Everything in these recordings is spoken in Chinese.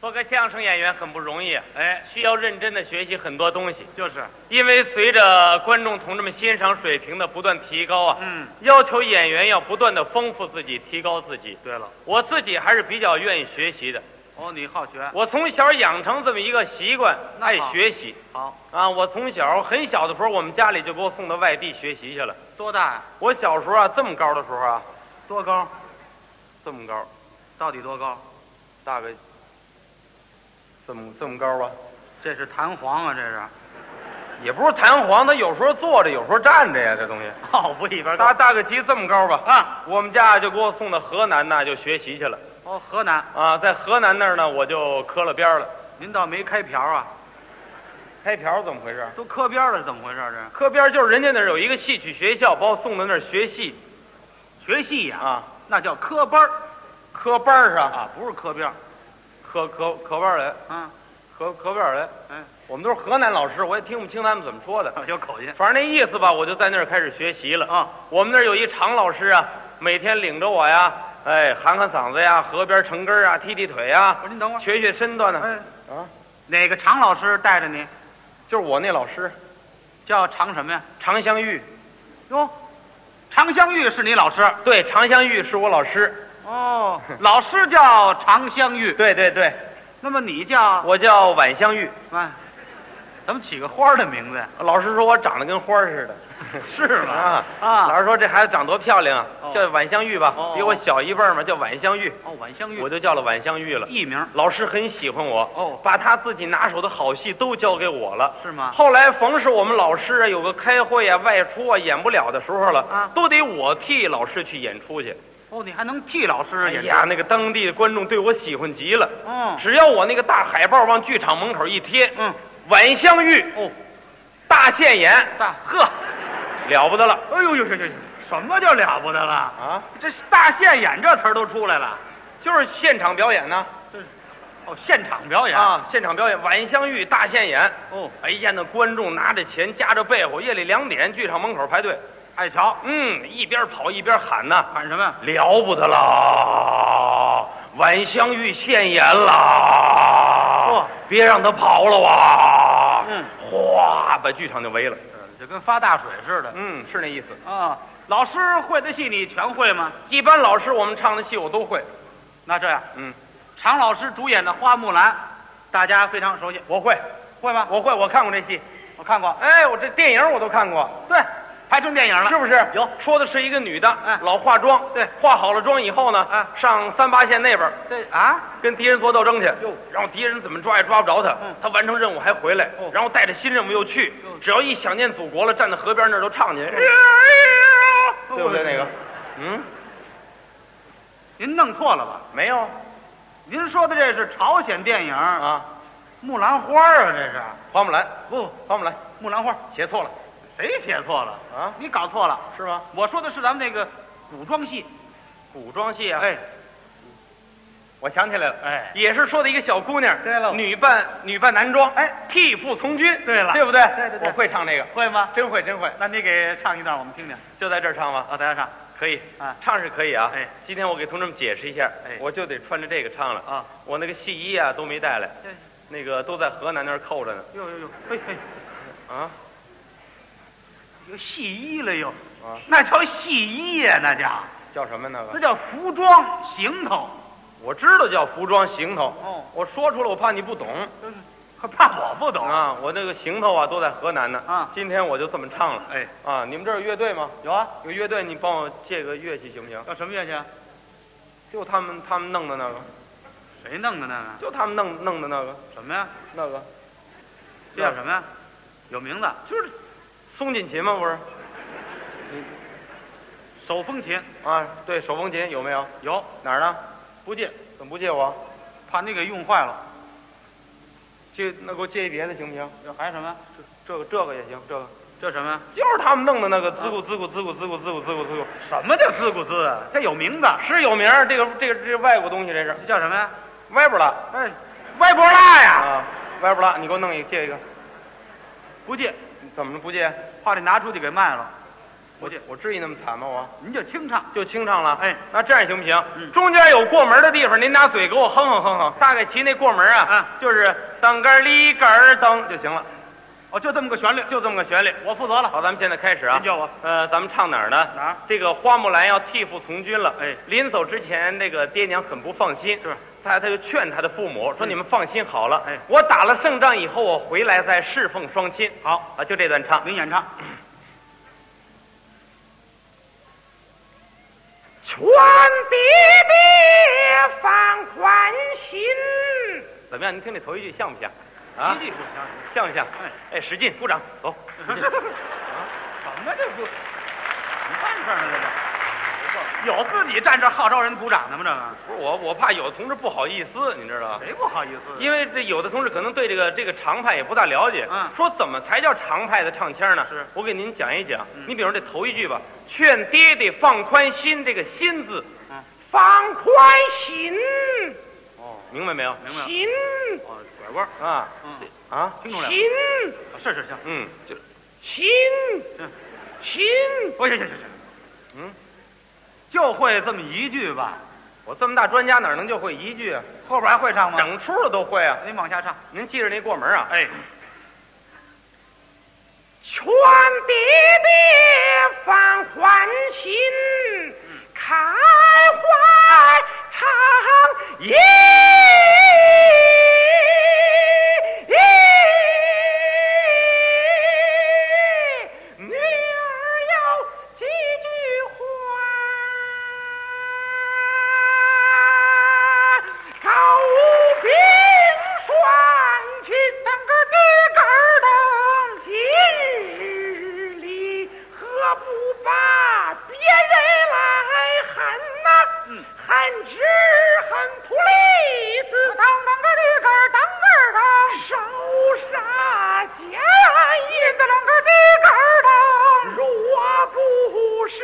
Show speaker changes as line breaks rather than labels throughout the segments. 做个相声演员很不容易，啊
哎，
需要认真的学习很多东西。
就是，
因为随着观众同志们欣赏水平的不断提高啊，
嗯，
要求演员要不断的丰富自己，提高自己。
对了，
我自己还是比较愿意学习的，
哦，你好学，
我从小养成这么一个习惯，
那
爱
好
学习
好，
啊。我从小很小的时候，我们家里就给我送到外地学习去了。
多大呀？
我小时候啊，这么高的时候啊，
多高？
这么高，
到底多高？
大概这么这么高吧，啊
这是弹簧啊，这是。
也不是弹簧，它有时候坐着，有时候站着呀，这东西。
哦，不一边
大大概齐这么高吧。
啊！
我们家就给我送到河南那就学习去了
哦，河南，
啊，在河南那儿呢，我就磕了边儿了。
您倒没开瓢啊？
开瓢怎么回事？
都磕边了，怎么回事儿？
磕边儿就是人家那儿有一个戏曲学校，把我送到那儿学戏
这学戏呀、
啊，
那叫磕班儿
磕班儿上，
啊，不是磕边儿
磕磕磕班儿来，
啊，
磕磕边儿来。
嗯，
我们都是河南老师，我也听不清他们怎么说的，
啊有口音
反正那意思吧，我就在那儿开始学习了。
啊。
我们那儿有一常老师啊，每天领着我呀，哎，喊喊嗓子呀，河边成根儿啊，踢踢腿
我
啊，
说您等会儿，
学学身段呢、
哎，
啊，
哪个常老师带着你？
就是我那老师
叫常什么呀？
常香玉，
哟，常香玉是你老师
对，常香玉是我老师。
哦，老师叫常香玉，
对对对，
那么你叫
我叫晚香玉。
哎，怎么起个花儿的名字呀？
老师说我长得跟花儿似的。
是吗？
啊，
啊，
老师说这孩子长多漂亮啊，
哦
叫晚香玉吧
哦哦，
比我小一辈儿嘛，叫晚香玉，
哦，晚香玉，
我就叫了晚香玉了。
艺名
老师很喜欢我，
哦，
把他自己拿手的好戏都交给我了。
是吗？
后来逢是我们老师啊有个开会啊、外出啊演不了的时候了，
啊
都得我替老师去演出去。
哦，你还能替老师
哎
演
呀，
出？
那个当地的观众对我喜欢极了，
嗯
只要我那个大海报往剧场门口一贴，
嗯，
晚香玉
哦，
大现眼，
大呵。
了不得了
哎呦呦呦呦呦！什么叫了不得了？
啊！
这大现眼这词儿都出来了。
就是现场表演呢
哦，现场表演。
啊，现场表演晚香玉大现眼。
哦，
哎呀，那观众拿着钱夹着被窝，夜里两点剧场门口排队，
爱瞧，
嗯，一边跑一边喊呐。
喊什么呀？
了不得啦！晚香玉现眼啦！
哇
别让他跑了哇！
嗯，
哗，把剧场就围了。
呃就跟发大水似的。
嗯，是那意思。
啊，老师会的戏你全会吗？
一般老师我们唱的戏我都会，
那这样，
嗯，
常老师主演的《花木兰》，大家非常熟悉，
我会，
会吗？
我会，我看过这戏。
我看过，
哎，我这电影我都看过，
对，拍成电影了。
是不是？有说的是一个女的，
哎
老化妆，
对，
化好了妆以后呢，
哎
上三八线那边儿
对啊，
跟敌人做斗争去，
哟
然后敌人怎么抓也抓不着他，
嗯
他完成任务还回来，
哦
然后带着新任务又去
哟，哎
只要一想念祖国了，站在河边那儿都唱去，哎对不对？那个，嗯，
您弄错了吧？
没有
您说的这是朝鲜电影《
啊，
木兰花》啊，这是
花木兰，
不《
花木兰
木兰花》
写错了
谁写错了？
啊，
你搞错了，
是吗？
我说的是咱们那个古装戏。
古装戏啊，
哎
我想起来了，
哎，
也是说的一个小姑娘，
对喽
女扮女扮男装，
哎，
替父从军，
对了
对不对？
对对对
我会唱这个，
会吗？
真会真会，
那你给唱一段，我们听听。
就在这儿唱吧。
啊，大家唱。
可以
啊
唱是可以啊。
哎，
今天我给同志们解释一下，
哎
我就得穿着这个唱了
啊。
我那个戏衣啊都没带来
对，
那个都在河南那儿扣着呢。
呦呦呦，嘿嘿，
啊，
有戏衣了又。
啊
那叫戏衣呀、那叫
叫什么那
那
个？
叫服装行头。
我知道叫服装行头。
哦，
我说出来，我怕你不懂
就是，可怕我不懂。
啊！我那个行头啊，都在河南呢。
啊
今天我就这么唱了
哎，
啊！你们这儿有乐队吗？
有啊，
有乐队，你帮我借个乐器行不行？
要什么乐器？啊？
就他们他们弄的那个，
谁弄的那个？
就他们弄弄的那个
什么呀？
那个，
这叫什么呀？有名字，
就是松紧琴吗？不是
手风琴。
啊？对手风琴有没有？
有，
哪儿呢？不借，怎么不借我？
怕那个用坏了。
借那给我借一别的行不行？
这还有什么呀？
这个这个也行，这个
这什么呀？
就是他们弄的那个滋咕滋咕滋咕滋咕滋咕滋咕滋咕，
什么叫自顾自啊？这有名字，
是有名儿。这个这个这个外国东西这是
这叫什么呀？
歪不拉
哎，歪脖拉呀！
啊，歪不拉，你给我弄一个借一个，
不借，
怎么不借？
怕得拿出去给卖了。
我
不去
我至于那么惨吗？我
您就清唱。
就清唱了。
哎，
那这样行不行？
嗯
中间有过门的地方，您拿嘴给我哼哼哼哼，大概其那过门啊，
啊
就是当杆儿里杆儿当就行了，
哦，就这么个旋律，
就这么个旋律。
我负责了。
好，咱们现在开始啊
您。叫我
呃，咱们唱哪儿呢？
哪儿
这个花木兰要替父从军了。
哎，
临走之前，那个爹娘很不放心，
是
他他就劝他的父母说：“你们放心好了，
哎
我打了胜仗以后，我回来再侍奉双亲。”
好，
啊，就这段唱。
您演唱。
全弟弟放宽心。怎么样？您听这头一句像不像？啊，
一句不行，
像不像？ 哎，使劲，鼓掌，走。
什么这不？你办事儿呢这不？有自己站这儿号召人鼓掌的吗？这
不是我，我怕有同志不好意思，你知道吧
个？谁不好意思？啊
因为这有的同志可能对这个这个常派也不大了解，
嗯
说怎么才叫常派的唱腔呢？
是
我给您讲一讲。你比如这头一句吧，劝爹爹放宽心，这个心字，
嗯
放宽心，
哦
明白没有？
明白了
心
哦，拐弯儿，
啊，
嗯
这啊，
听懂了
心，
哦是是行，
嗯，就
心嗯
心，
不哦行行行行，
嗯，
就会这么一句吧，
我这么大专家哪能就会一句啊？
后边还会唱吗？
整出的都会啊！
您往下唱，
您记着那过门啊，
哎，
全弟弟放宽心，开怀畅饮。女儿有几句话，告禀双亲，当个的个当，今日里何不把别人来恨呐、恨只恨不利子，当当个的个当个当，手杀奸淫的啷个的个当，若不是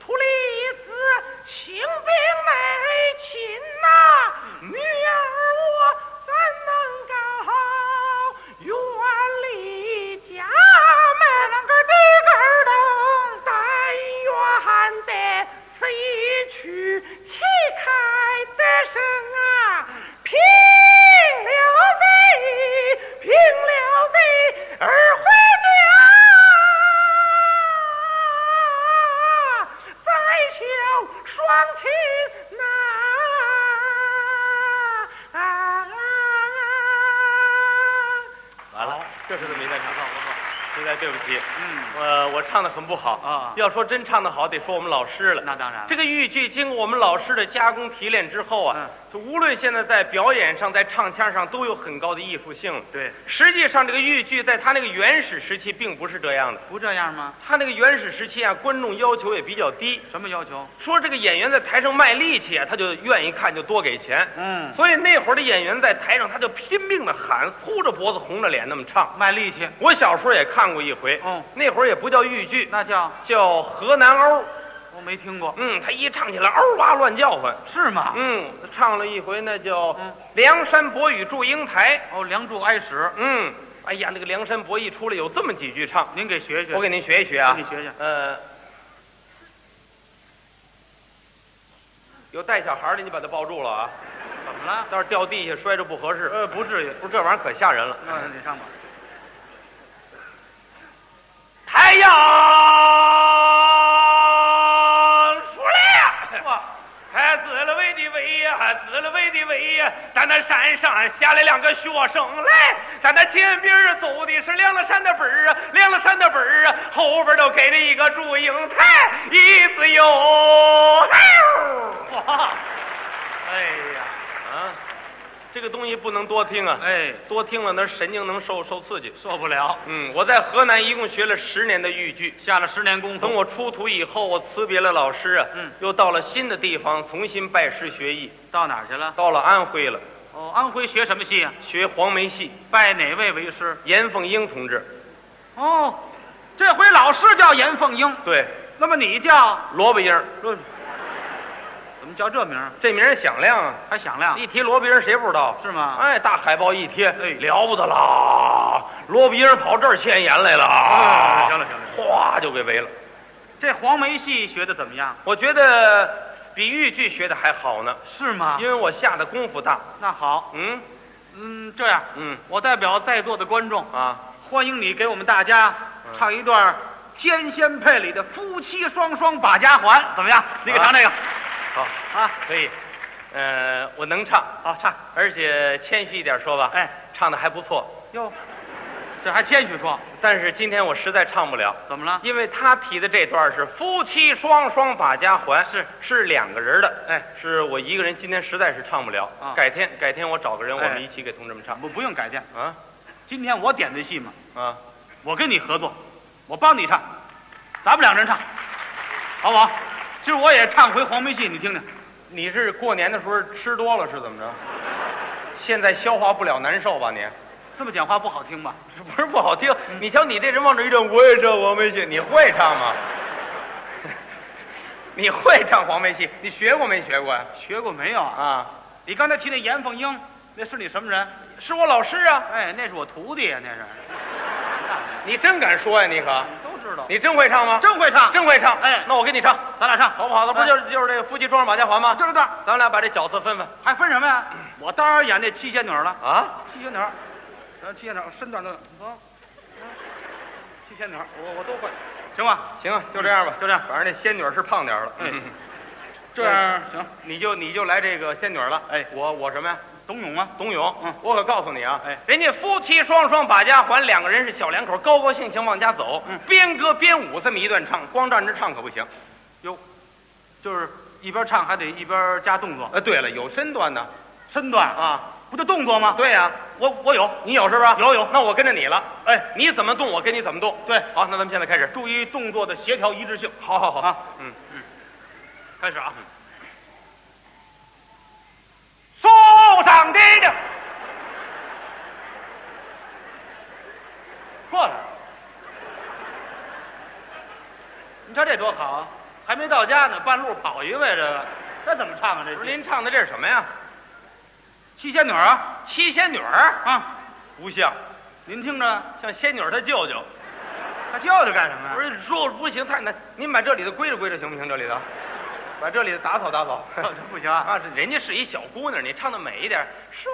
图利子行兵美秦呐、女儿我怎能高远离家门啷个的个当，但愿得此一曲旗开得胜啊，平了贼，平了贼儿回家，再求双亲呐、啊完了，这是这么一段唱
不，错不错，
实在对不起，
嗯，
呃，我唱的很不好
啊
要说真唱的好，得说我们老师了。
那当然了，
这个豫剧经过我们老师的加工提炼之后啊
嗯，
就无论现在在表演上、在唱腔上都有很高的艺术性了。
对，
实际上，这个豫剧在它那个原始时期并不是这样的。
不这样吗？
它那个原始时期啊，观众要求也比较低，
什么要求？
说这个演员在台上卖力气啊，他就愿意看就多给钱。
嗯，
所以那会儿的演员在台上，他就拼命的喊，粗着脖子红着脸那么唱。
卖力气，
我小时候也看过一回，
嗯
那会儿也不叫豫剧，
那叫
叫河南欧。
我没听过，
嗯，他一唱起来，嗷哇乱叫唤。
是吗？
嗯，唱了一回那叫《
嗯
梁山伯与祝英台》。
哦，《梁祝哀史
嗯，哎呀，那个梁山伯一出来有这么几句唱，》，
您给学学，
我给您学一学啊。
你学学，
呃，有带小孩的，你把他抱住了啊，
怎么了？
到时候掉地下摔着不合适。
呃，不至于，
不是这玩意儿可吓人了。
那你上吧。
太阳出来了，哎，紫了喂的喂呀，紫了喂的喂呀，咱那山上下来两个学生来，咱那前边儿走的是亮了山的本儿啊，亮了山的本儿啊，后边儿都给了一个祝英台，一字有头。
哇，哎呀，
啊，这个东西不能多听啊，
哎，
多听了那神经能受受刺激。
受不了，
嗯，我在河南一共学了十年的豫剧。
下了十年功
等
夫，
我出徒以后，我辞别了老师啊，
嗯
又到了新的地方，重新拜师学艺。
到哪儿去了？
到了安徽了，
哦，安徽学什么戏啊？
学黄梅戏，
拜哪位为师？
严凤英同志，
哦，这回老师叫严凤英，
对，
那么你叫
萝卜缨，
这怎么叫这名儿？
这名儿响亮啊！
还响亮
一提萝卜缨，谁不知道？
是吗？
哎，大海报一贴，
哎
了不得啦！萝卜缨跑这儿现眼来了啊！
哎行了行了，
哗就给围了。
这黄梅戏学的怎么样？
我觉得比豫剧学的还好呢，
是吗
因？为我下的功夫大。
那好，
嗯
嗯，这样，
嗯
我代表在座的观众，
啊，
欢迎你给我们大家唱一段《天仙配》里的夫妻双双把家还，怎么样？你给
啊
唱这个
好，
啊？
可以。呃，我能唱，
好啊唱，
而且谦虚一点说吧，
哎，
唱的还不错。
哟，这还谦虚说，
但是今天我实在唱不了，
怎么了？
因为他提的这段是夫妻双双把家还，是是两个人的，
哎，
是我一个人今天实在是唱不了，
啊
改天改天我找个人，我
哎嗯
们一起给同志们唱。
不不用改变，
啊
今天我点的戏嘛，
啊，
我跟你合作，我帮你唱，咱们两个人唱，好不好？今儿我也唱回黄梅戏，你听听。
你是过年的时候吃多了是怎么着？现在消化不了，难受吧你？
这么讲话不好听吧？
不是不好听，你瞧你这人往这一站，我也唱黄梅戏，你会唱吗？ 你会唱黄梅戏？你学过没学过呀？
学过没有啊？
啊，
你刚才提那严凤英，那是你什么人？
是我老师啊！
哎，那是我徒弟呀、那是。
你真敢说呀你可？
都知道，
你真会唱吗？
真会唱，
真会唱，
哎
那我给你唱，
咱俩唱，哎
好不好？那不就是就是这个夫妻双双把家还吗？
就这段儿
咱们俩把这饺子分分
还分什么呀？我当然演那七仙女了，
啊！
七仙女，然后七仙女身段那个，啊，七仙女，我我都会，行吧？
行啊，就这样吧，
嗯就这样，
反正那仙女是胖点儿了，
哎
嗯，
这样行。
你就你就来这个仙女了。
哎
我我什么呀？
董永啊，
董永，
嗯
我可告诉你啊，
哎
人家夫妻双双把家还，两个人是小两口，高高兴兴往家走，
嗯
边歌边舞这么一段唱，光站着唱可不行。
就是一边唱还得一边加动作，
呃，对了，有身段呢
身段啊，
啊，
不就动作吗？
对呀、
我我有，
你有是吧？
有有
那我跟着你了，
哎，
你怎么动我跟你怎么动。
对，
好，那咱们现在开始。
注意动作的协调一致性。
好好好
啊，
嗯
嗯，开始啊。手掌的着，过来。你瞧这多好啊！还没到家呢，半路跑一位，这个这怎么唱啊？这
不是
戏
您唱的这是什么呀？
七仙女啊
七仙女儿
啊！
不像，
您听着，
像仙女儿她舅舅。
他舅舅干什么呀
不？是说不行，太难。您把这里的归置归置行不行？这里头，把这里的打扫打 扫。
这 不行啊！
啊，这人家是一小姑娘，你唱的美一点，
树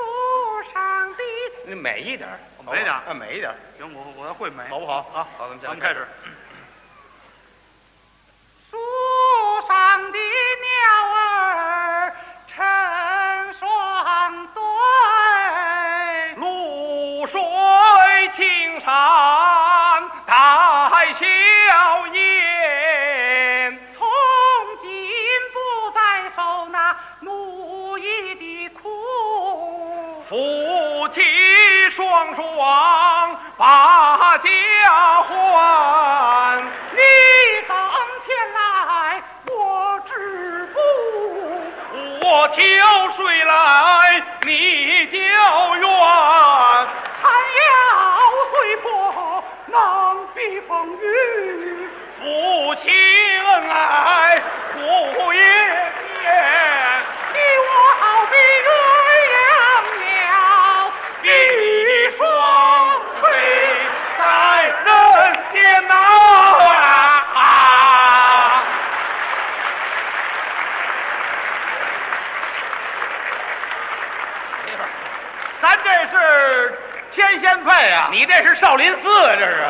上的
你美一点，好不好
美点
啊，美一点，
行，我我会美，
好不好？
啊，
好，咱们
咱
现
们
在
开
始
始。
树上的鸟儿成双对，
露水青山带笑颜，
从今不再受那奴役的苦。
夫妻双双把家还。
你等天来，我知不。
我挑水来，你叫远。
寒窑虽破，能避风雨。
夫妻恩爱苦也甜，
你我好比鸳鸯鸟，
一双飞在人间呐、哎啊！
咱这是天仙配啊！
你这是少林寺啊，这是